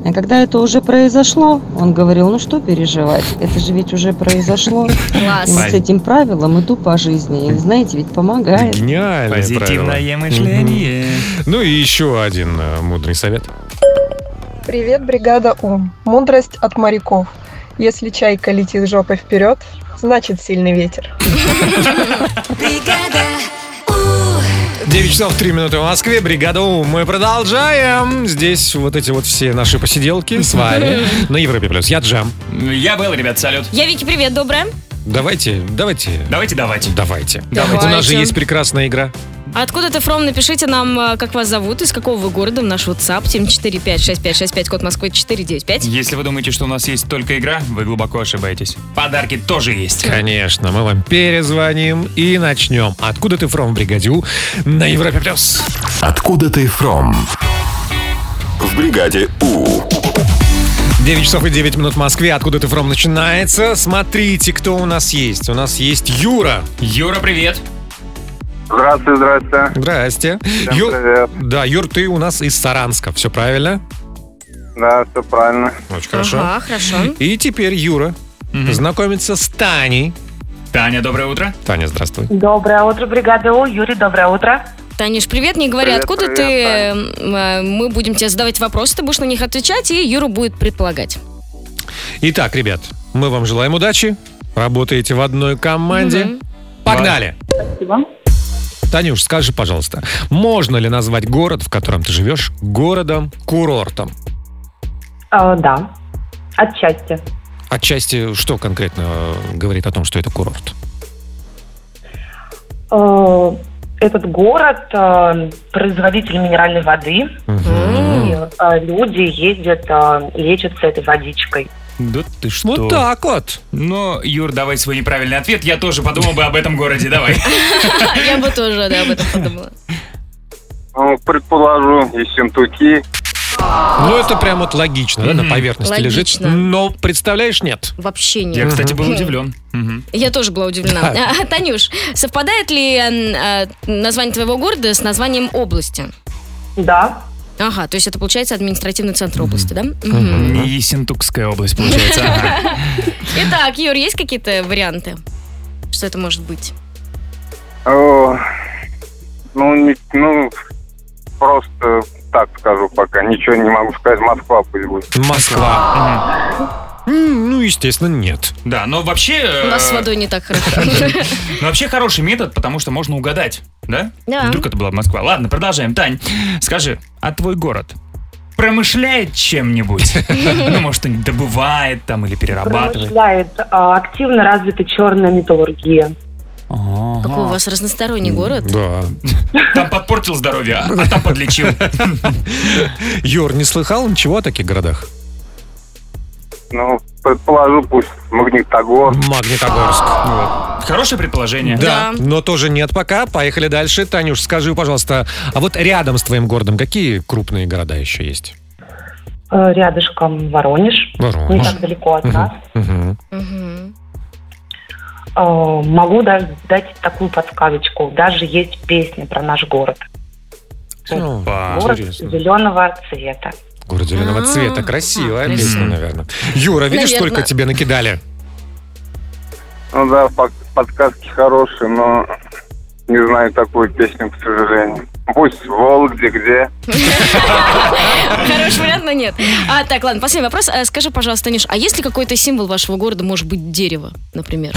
А когда это уже произошло, он говорил, ну что переживать, это же ведь уже произошло.
Класс.
И вот А с этим правилом иду по жизни. И знаете, ведь помогает.
Гениальное
Позитивное
правило.
мышление.
Мгм. Ну и еще один э, мудрый совет.
Привет, бригада У. Мудрость от моряков. Если чайка летит жопой вперед, значит сильный ветер.
Бригада
9 часов 3 минуты в Москве, бригада У. Мы продолжаем. Здесь вот эти вот все наши посиделки с вами на Европе плюс. Я Джам.
Я был, ребят, салют.
Я Вики, привет, доброе.
Давайте, давайте.
Давайте, давайте.
Давайте.
Давайте.
У нас же есть прекрасная игра.
А откуда ты, Фром? Напишите нам, э, как вас зовут, из какого вы города, в наш WhatsApp 745656565, код Москвы 495.
Если вы думаете, что у нас есть только игра, вы глубоко ошибаетесь. Подарки тоже есть.
Конечно, мы вам перезвоним и начнем. Откуда ты, Фром, бригаде У на Европе плюс.
Откуда ты фром? В бригаде У.
9 часов и 9 минут в Москве. Откуда ты, Фром, начинается? Смотрите, кто у нас есть. У нас есть Юра.
Юра, привет.
Здравствуйте, здравствуйте. Здрасте. Ю- Да, Юр, ты у нас из Саранска, все правильно?
Да, все правильно.
Очень хорошо.
Ага, хорошо.
И теперь Юра знакомится с Таней.
Таня, доброе утро.
Таня, здравствуй.
Доброе утро, бригада У. Юрий, доброе утро.
Танюш, привет, не говори,
Привет,
откуда
привет,
ты. э, Мы будем тебе задавать вопросы, ты будешь на них отвечать, и Юра будет предполагать.
Итак, ребят, мы вам желаем удачи. Работаете в одной команде.
Мгм.
Погнали.
Спасибо.
Танюш, скажи, пожалуйста, можно ли назвать город, в котором ты живешь, городом-курортом?
А, да, отчасти.
Отчасти что конкретно э, говорит о том, что это курорт?
Э, Этот город э, производитель минеральной воды. И э, люди ездят, э, лечатся этой водичкой.
Да ты что?
Вот
так вот.
Ну, Юр, давай свой неправильный ответ. Я тоже подумал бы об этом городе. Давай.
Я бы тоже да, об этом подумала.
Ну, предположу, Ессентуки.
Ну, это прям вот логично, да, на поверхности лежит.
Логично.
Но представляешь, нет.
Вообще нет.
Я, кстати, был
Мгм.
удивлен.
Я тоже была удивлена.
Да.
А, Танюш, совпадает ли э, э, название твоего города с названием области?
Да.
Ага, то есть это получается административный центр области, да? Мгм.
Не Ессентукская область, получается. Ага.
Итак, Юр, есть какие-то варианты? Что это может быть?
О, ну, не- ну, просто так скажу пока. Ничего не могу сказать. Москва пусть будет.
Москва. М, Ну, естественно, нет.
Да, но вообще...
У
э,
нас с водой не так хорошо.
Ну, вообще хороший метод, потому что можно угадать, да?
Да.
Вдруг это была Москва. Ладно, продолжаем. Тань, скажи, а твой город промышляет чем-нибудь? Ну, может, что-нибудь добывает там или перерабатывает?
Промышляет э, активно развита черная металлургия.
Какой у вас разносторонний город?
Да.
Там подпортил здоровье, а а там подлечил.
Юр, не слыхал ничего о таких городах?
Ну, предположу, пусть Магнитогорск.
Магнитогорск. Ну
Хорошее предположение.
Да, но тоже нет пока. Поехали дальше. Танюш, скажи, пожалуйста, а вот рядом с твоим городом какие крупные города еще есть?
Э, Рядышком Воронеж. Не
Воронеж.
так далеко от
Мгм.
нас.
Мгм.
Э, Могу даже дать такую подсказочку. Даже есть песня про наш город.
Опа, А,
город
интересно.
зеленого цвета.
Город зеленого цвета. Красивая
красиво.
песня, наверное. Юра, видишь,
Наверно.
сколько тебе накидали?
Ну да, пок- подсказки хорошие, но не знаю такую песню, к сожалению. Пусть Вологде где.
Хороший вариант, но нет. А, так, ладно, последний вопрос. Э, Скажи, пожалуйста, Танюш, а есть ли какой-то символ вашего города, может быть, дерево, например?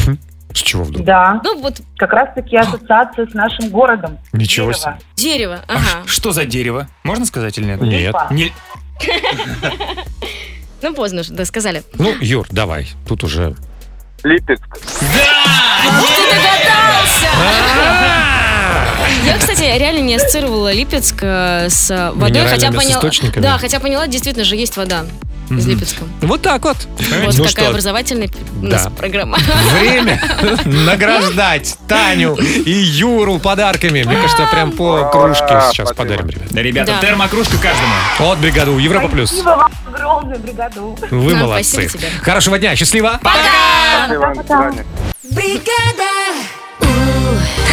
С чего вдруг?
Да.
Ну вот
Как раз-таки ассоциация с нашим городом.
Ничего
Дерево.
дерево.
А
Ага.
ш- Что за дерево? Можно сказать или нет?
Нет.
Не-
Ну, поздно уже, да, сказали.
Ну, Юр, давай. Тут уже...
Липецк.
Я, кстати, реально не ассоциировала Липецк э, с водой,
Минеральными,
хотя
с
поняла...
источниками.
Да, хотя поняла, действительно же есть вода из Липецка.
Вот так вот.
Вот
Ну
такая
что,
образовательная у нас
Да.
программа.
Время награждать Таню и Юру подарками. Мне кажется, прям по кружке сейчас подарим, ребят.
Да, ребята,
Да.
термокружка каждому.
От бригаду Европа плюс.
Спасибо вам огромное, бригаду.
Вы молодцы. Хорошего дня, счастливо.
Бригада!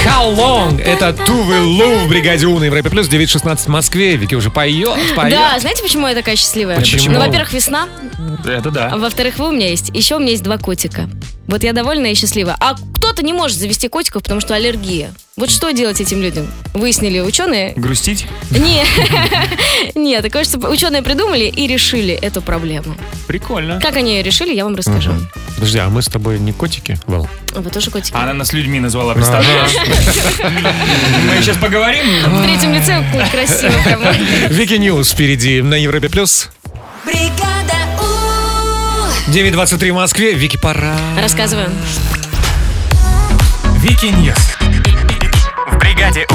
How long? Это Ту Лу в бригаде У на Европе плюс 9.16 в Москве. Вики уже поет,
Да,
поет.
знаете, почему я такая счастливая?
А Почему?
Ну, во-первых, весна,
Это
а
да.
во-вторых, вы у меня есть. Еще у меня есть два котика. Вот я довольна и счастлива. А кто-то не может завести котиков, потому что аллергия. Вот что делать этим людям? Выяснили ученые.
Грустить?
Не, нет, кажется, ученые придумали и решили эту проблему.
Прикольно.
Как они ее решили, я вам расскажу.
Подожди, а мы с тобой не котики, Вэл?
А Вы тоже котики?
Она нас людьми назвала,
Ну,
представь.
Мы
сейчас поговорим.
В третьем лице красиво прям.
Вики Ньюс впереди на Европе Плюс.
Бригада У.
9.23 в Москве. Вики, пора.
Рассказываю.
Вики Ньюс. В бригаде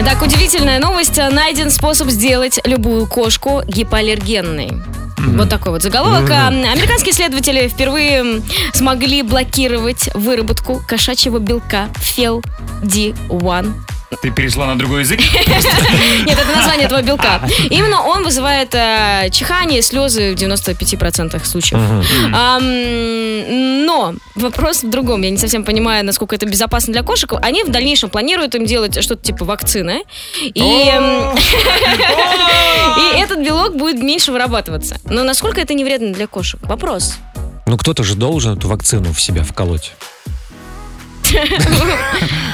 Итак, удивительная новость. Найден способ сделать любую кошку гипоаллергенной. Вот такой вот заголовок. А, Американские исследователи впервые м, смогли блокировать выработку кошачьего белка FELD1.
Ты перешла на другой язык?
Нет, это название этого белка. Именно он вызывает э, чихание, слезы в 95% случаев.
Мгм.
Ам, но вопрос в другом. Я не совсем понимаю, насколько это безопасно для кошек. Они в дальнейшем планируют им делать что-то типа вакцины. И, эм, и этот белок будет меньше вырабатываться. Но насколько это не вредно для кошек? Вопрос.
Ну, кто-то же должен эту вакцину в себя вколоть.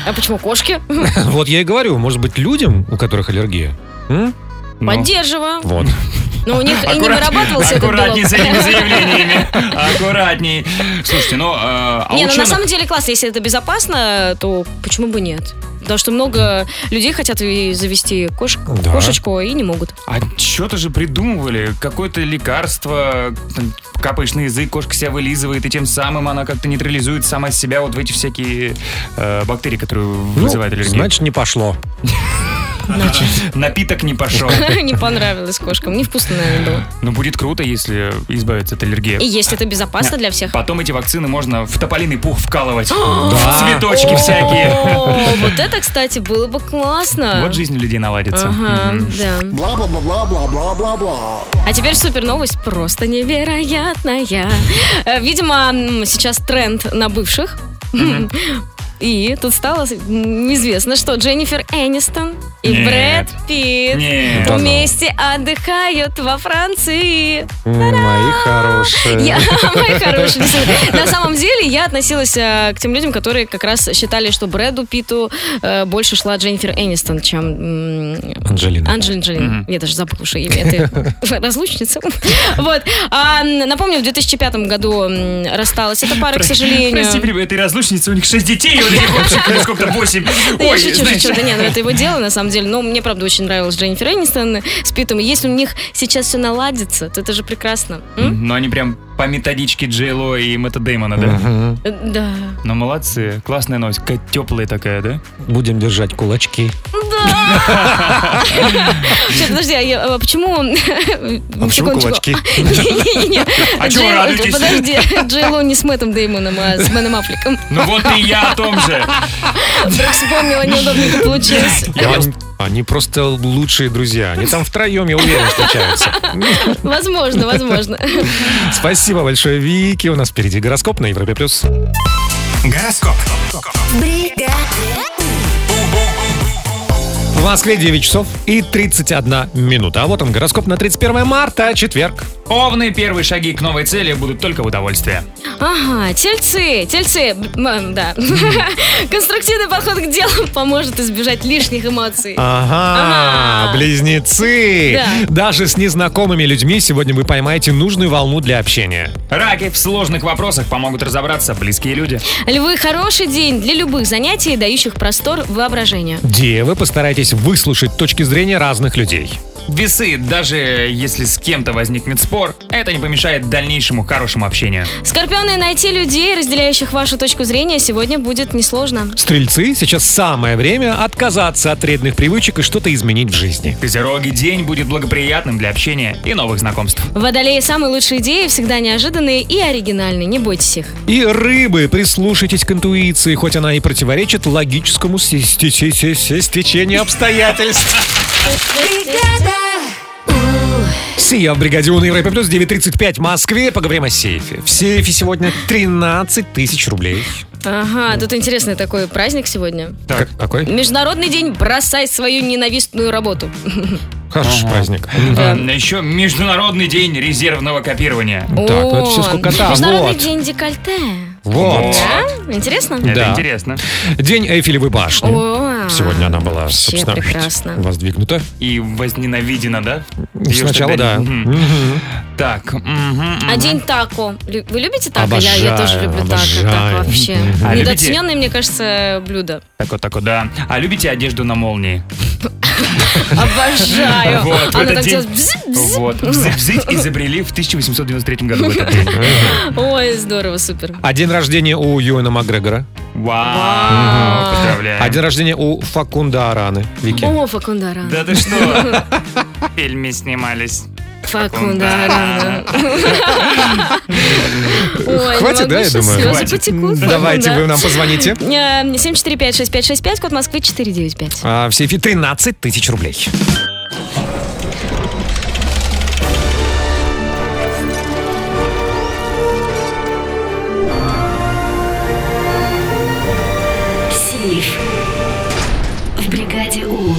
А почему кошки?
Вот я и говорю, может быть, людям, у которых аллергия. М?
Поддерживаю.
Вот.
Но у них и не
Аккурат-
вырабатывался этот
Ну. Аккуратней
белок.
с этими заявлениями. Аккуратней. Слушайте, ну, э, а
не, ну на
ученых-
самом деле классно. Если это безопасно, то почему бы нет? Потому что много людей хотят и завести кош-
Да.
кошечку и не могут.
А что-то же придумывали, какое-то лекарство, там, капаешь на язык, кошка себя вылизывает, и тем самым она как-то нейтрализует сама себя вот в эти всякие э, бактерии, которые вызывают аллергию.
Ну, Значит, не пошло.
Напиток не пошел.
Не понравилось кошкам, невкусно, наверное, было.
Но будет круто, если избавиться от аллергии.
И если это безопасно для всех.
Потом эти вакцины можно в тополиный пух вкалывать.
Да.
Цветочки
О,
всякие.
Вот это, кстати, было бы классно.
Вот жизнь у людей наладится.
Ага,
Мгм.
да. А теперь супер новость, просто невероятная. Э, Видимо, м, сейчас тренд на бывших. И тут стало м, известно, что Дженнифер Энистон и
Нет.
Брэд Питт
Нет.
вместе отдыхают во Франции.
Мои
Э.
хорошие.
Я, мои хорошие, действительно. На самом деле я относилась э, к тем людям, которые как раз считали, что Брэду Питу э, больше шла Дженнифер Энистон, чем м,
Анджелина.
Анджелина Джолина.
Мгм.
Я даже забыла уже имя этой разлучницы. Вот. А, напомню, в 2005 году м, рассталась эта пара, к
Про-
сожалению.
Прости, при этой разлучнице у них шесть детей, и вот этих общих, или сколько-то восемь.
Да я
Ой,
шучу,
знаешь.
шучу. Да нет, ну это его дело, на самом деле. Но мне, правда, очень нравилась Дженнифер Энистон с Питом. И Если у них сейчас все наладится, то это же прекрасно. М?
Но Ну, они прям по методичке Джей Ло и Мэтта Дэймона, да?
Э, Да.
Ну, молодцы. Классная новость. Какая теплая такая, да?
Будем держать кулачки.
Сейчас, подожди, а я- а почему...
А почему
Секундочку.
кулачки?
Не-не-не.
А чего
Джей-
вы радуетесь?
Подожди, Джей Ло не с Мэттом Деймоном, а с Мэном Аффлеком.
Ну вот и я о том же.
Вдруг вспомнила, неудобненько получилось.
Я вам- Они просто лучшие друзья. Они там втроем, я уверен, встречаются.
Возможно, возможно.
Спасибо большое, Вики. У нас впереди гороскоп на Европе+. плюс.
Гороскоп.
В Москве 9 часов и 31 минута. А вот он, гороскоп на 31 марта, четверг.
Овны первые шаги к новой цели будут только в удовольствие.
Ага, тельцы, тельцы, м, э, да. Конструктивный подход к делу поможет избежать лишних эмоций.
А.
Ага, близнецы. Даже с незнакомыми людьми сегодня вы поймаете нужную волну для общения.
Раки в сложных вопросах помогут разобраться близкие люди.
Львы – хороший день для любых занятий, дающих простор воображению.
Девы, постарайтесь выслушать точки зрения разных людей.
Весы, даже если с кем-то возникнет спор, это не помешает дальнейшему хорошему общению.
Скорпионы, найти людей, разделяющих вашу точку зрения, сегодня будет несложно.
Стрельцы, сейчас самое время отказаться от вредных привычек и что-то изменить в жизни.
Козероги, день будет благоприятным для общения и новых знакомств.
Водолеи – самые лучшие идеи, всегда неожиданные и оригинальные, не бойтесь их.
И рыбы, прислушайтесь к интуиции, хоть она и противоречит логическому се- сте- се- се- се- стечению обстоятельств. Сия в бригаде У на Европе Плюс 9.35 в Москве. Поговорим о сейфе. В сейфе сегодня 13 тысяч рублей.
Ага, тут интересный такой праздник сегодня.
Как- какой?
Международный день «Бросай свою ненавистную работу».
Хороший праздник.
А, еще Международный день резервного копирования.
О, Международный день декольте.
Вот.
Да? Интересно?
Да.
интересно.
День Эйфелевой башни.
О,
Сегодня она была,
вообще
собственно,
прекрасно.
воздвигнута.
И возненавидена, да? Её
Сначала,
тогда
да.
не- Мгм.
Мгм.
Так. мгм,
А
мгм.
день тако. Лю- Вы любите тако? Я- Я,
Обожаю,
тоже люблю тако.
обожаю.
Тако вообще.
А любите?
Недооцененное, мне кажется, блюдо.
Так вот, так вот, да. А любите одежду на молнии?
Обожаю.
Вот, в
Она
этот
так
день-
делает. бззз-бззз.
Вот. Бзык-бзык изобрели в 1893 году. в этот день.
Ой, здорово, супер.
А день рождения у Юэна Макгрегора.
Вау. Поздравляю.
А день рождения у Факунда Араны. Вики.
О, Факундара.
Да ты что? В фильме снимались.
Факундара.
Хватит, да, я думаю? Хватит. Давайте, вы нам позвоните.
Эм, 745-6565, код Москвы 495.
А, в сейфе 13 тысяч рублей.
Сейф. В бригаде У.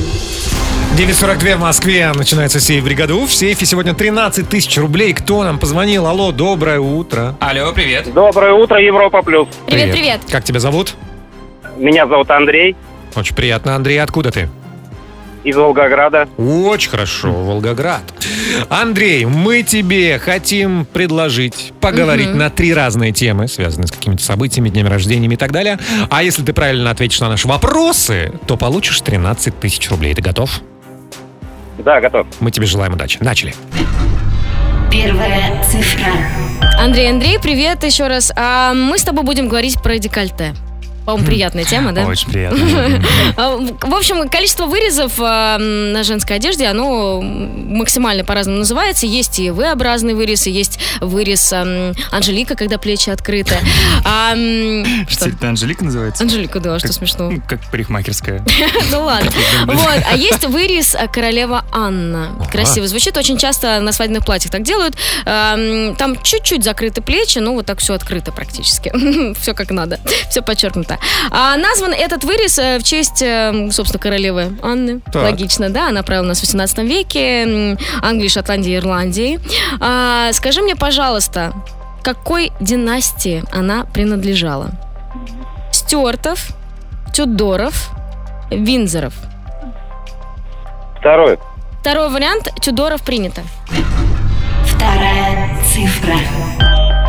9.42 в Москве. Начинается сейф бригады У. В сейфе сегодня 13 тысяч рублей. Кто нам позвонил? Алло, доброе утро.
Алло, привет.
Доброе утро, Европа Плюс.
Привет, привет.
Как тебя зовут?
Меня зовут Андрей
Очень приятно. Андрей, откуда ты?
из Волгограда.
Очень хорошо, Волгоград. Андрей, мы тебе хотим предложить поговорить
Мгм.
на три разные темы, связанные с какими-то событиями, днями рождениями и так далее. А если ты правильно ответишь на наши вопросы, то получишь 13 тысяч рублей. Ты готов?
Да, готов.
Мы тебе желаем удачи. Начали.
Первая цифра.
Андрей, Андрей, привет еще раз. А мы с тобой будем говорить про декольте.
Хм.
По-моему, приятная тема, да?
Очень приятно.
А, В в общем, количество вырезов а, м, на женской одежде, оно м, максимально по-разному называется. Есть и V-образный вырез, и есть вырез а, м, Анжелика, когда плечи открыты. А, м, что?
Что это Анжелика называется?
Анжелика, да, что смешно.
Ну, Как парикмахерская.
Ну ладно.
Блин.
Вот. А есть вырез э, королева Анна. Красиво звучит. Очень часто на свадебных платьях так делают. Эм, Там чуть-чуть закрыты плечи, ну вот так все открыто практически. Все как надо. Все подчеркнуто. А Назван этот вырез э, в честь, э, собственно, королевы Анны.
Так.
Логично, да? Она правила у нас в 18 веке. м, Англии, Шотландии, Ирландии. А, Скажи мне, пожалуйста, какой династии она принадлежала? Стюартов, Тюдоров, Винзоров.
Второе.
Второй вариант Тюдоров принято.
Вторая цифра.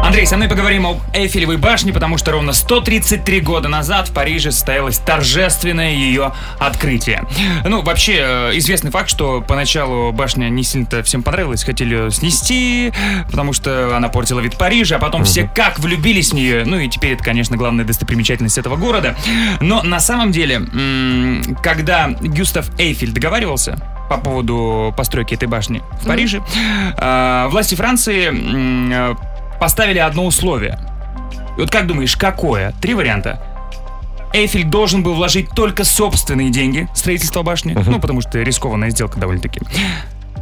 Андрей, со мной поговорим о Эйфелевой башне, потому что ровно 133 года назад в Париже состоялось торжественное ее открытие. Ну, вообще, э, известный факт, что поначалу башня не сильно-то всем понравилась, хотели ее снести, потому что она портила вид Парижа, а потом все как влюбились в нее. Ну и теперь это, конечно, главная достопримечательность этого города. Но на самом деле, м, когда Гюстав Эйфель договаривался по поводу постройки этой башни в Париже, э, власти Франции м, э, поставили одно условие. И вот как думаешь, какое? Три варианта. Эйфель должен был вложить только собственные деньги в строительство башни, ну, потому что рискованная сделка довольно-таки.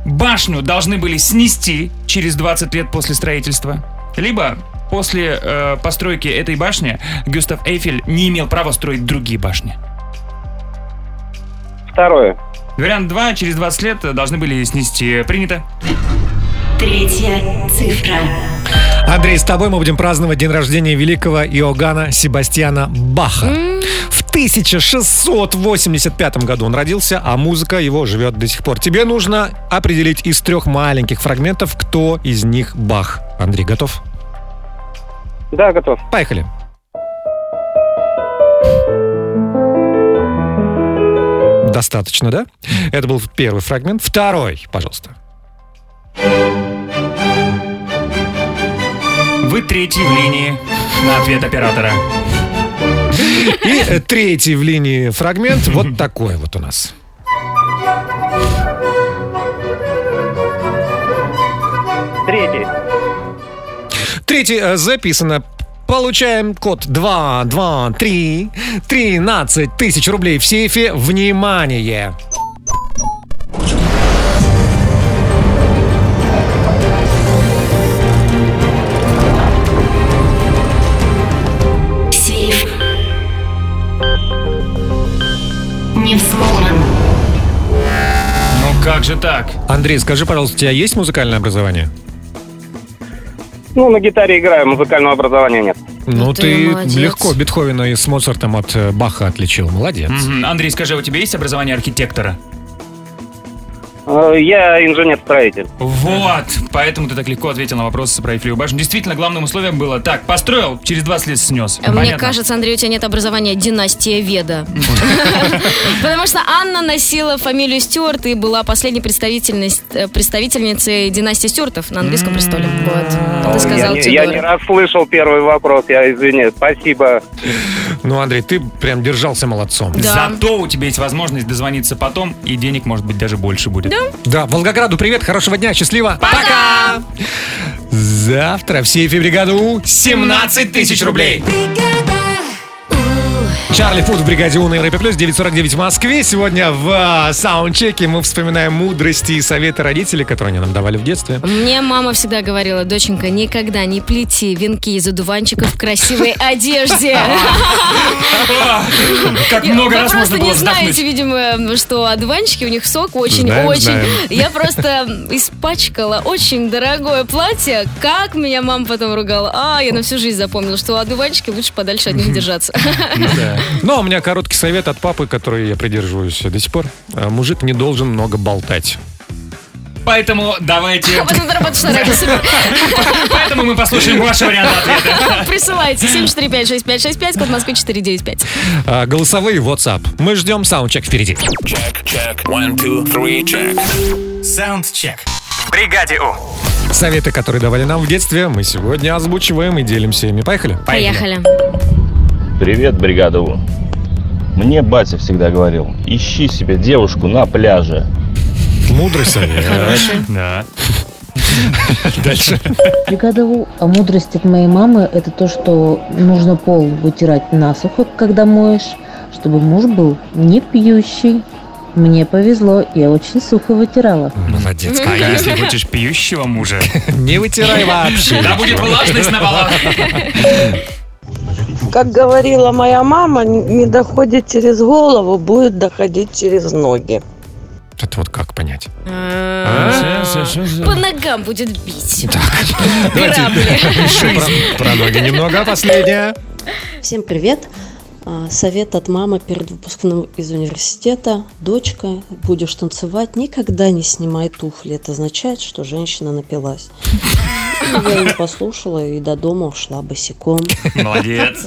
Башню должны были снести через 20 лет после строительства. Либо после э, постройки этой башни Гюстав Эйфель не имел права строить другие башни.
Второе.
Вариант 2. Через 20 лет э, должны были снести. Принято.
Третья цифра.
Андрей, с тобой мы будем праздновать день рождения великого Иоганна Себастьяна Баха. В 1685 году он родился, а музыка его живет до сих пор. Тебе нужно определить из трех маленьких фрагментов, кто из них Бах. Андрей, готов?
Да, готов.
Поехали. Достаточно, да? Это был первый фрагмент. Второй, пожалуйста.
Вы третий в линии на ответ оператора.
И э, третий в линии фрагмент вот такой вот у нас.
Третий.
Третий э, записано. Получаем код 2, 2, 3, 13 тысяч рублей в сейфе. Внимание!
Сейф. Не взломан.
Ну как же так?
Андрей, скажи, пожалуйста, у тебя есть музыкальное образование?
Ну, на гитаре играю, музыкального образования нет.
Ну,
ты
ты,
молодец.
легко Бетховена и с Моцартом от э, Баха отличил. Молодец.
Мгм. Андрей, скажи, а у тебя есть образование архитектора?
Э, Я инженер-строитель.
Вот, поэтому ты так легко ответил на вопрос про Эйфелеву башню. Действительно, главным условием было так, построил, через 20 лет снес.
Мне
Понятно.
кажется, Андрей, у тебя нет образования династия Веда. Потому что Анна носила фамилию Стюарт и была последней представительность- э, представительницей династии Стюартов на английском престоле. Вот. Ты сказал
М-м-м. я, не, я
Тюдоры.
не расслышал первый вопрос, я извини. Спасибо.
Ну, Андрей, ты прям держался молодцом.
Зато у тебя есть возможность дозвониться потом, и денег, может быть, даже больше будет.
Да, Волгограду привет, хорошего дня, счастливо. Пока! Завтра в сейфе бригады У
17 тысяч рублей.
Чарли Фуд в бригаде У на Европе Плюс, 949 в Москве. Сегодня в э, саундчеке мы вспоминаем мудрости и советы родителей, которые они нам давали в детстве.
Мне мама всегда говорила, доченька, никогда не плети венки из одуванчиков в красивой одежде.
Как
Я-
много раз можно
Вы просто
было
не знаете,
вздохнуть.
видимо, что одуванчики у них сок
Знаем,
очень-очень.
знаем.
Я просто испачкала очень дорогое платье. Как меня мама потом ругала. А, я на всю жизнь запомнила, что одуванчики лучше подальше от них держаться.
Но Ну, а у меня короткий совет от папы, который я придерживаюсь до сих пор. Э, Мужик не должен много болтать.
Поэтому давайте...
А потом ты работаешь на радио, супер.
Поэтому мы послушаем ваши варианты ответа.
Присылайте 7456565, код Москвы 495.
А, Голосовые в WhatsApp. Мы ждем саундчек впереди.
Check, check. One, two, three, check. Саундчек. В бригаде У.
Советы, которые давали нам в детстве, мы сегодня озвучиваем и делимся ими. Поехали?
Поехали.
Привет, бригада У. Мне батя всегда говорил, ищи себе девушку на пляже.
Мудрый совет.
Хороший.
Да.
Дальше.
Бригада У. А мудрость от моей мамы – это то, что нужно пол вытирать насухо, когда моешь, чтобы муж был не пьющий. Мне повезло, я очень сухо вытирала.
Молодец.
А если хочешь пьющего мужа?
Не вытирай вообще.
Да будет влажность на балах.
Как говорила моя мама, н- не доходит через голову, будет доходить через ноги.
Это вот как понять? А?
По ногам будет бить.
Еще про- про ноги немного, а последняя.
Всем привет! А, Совет от мамы перед выпускным из университета. Дочка, будешь танцевать, никогда не снимай туфли. Это означает, что женщина напилась. Я ее послушала и до дома ушла босиком.
Молодец.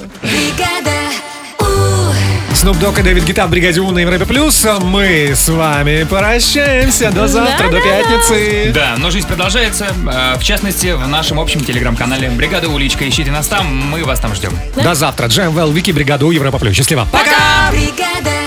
Снуп Док и Дэвид Гита в бригаде У на Европе Плюс. Мы с вами прощаемся. До завтра, до пятницы.
Да, но жизнь продолжается. э, В частности, в нашем общем телеграм-канале «Бригада Уличка». Ищите нас там, мы вас там ждем.
До завтра. Джем Вики, бригада У Европа Плюс. Счастливо.
Пока!
Бригада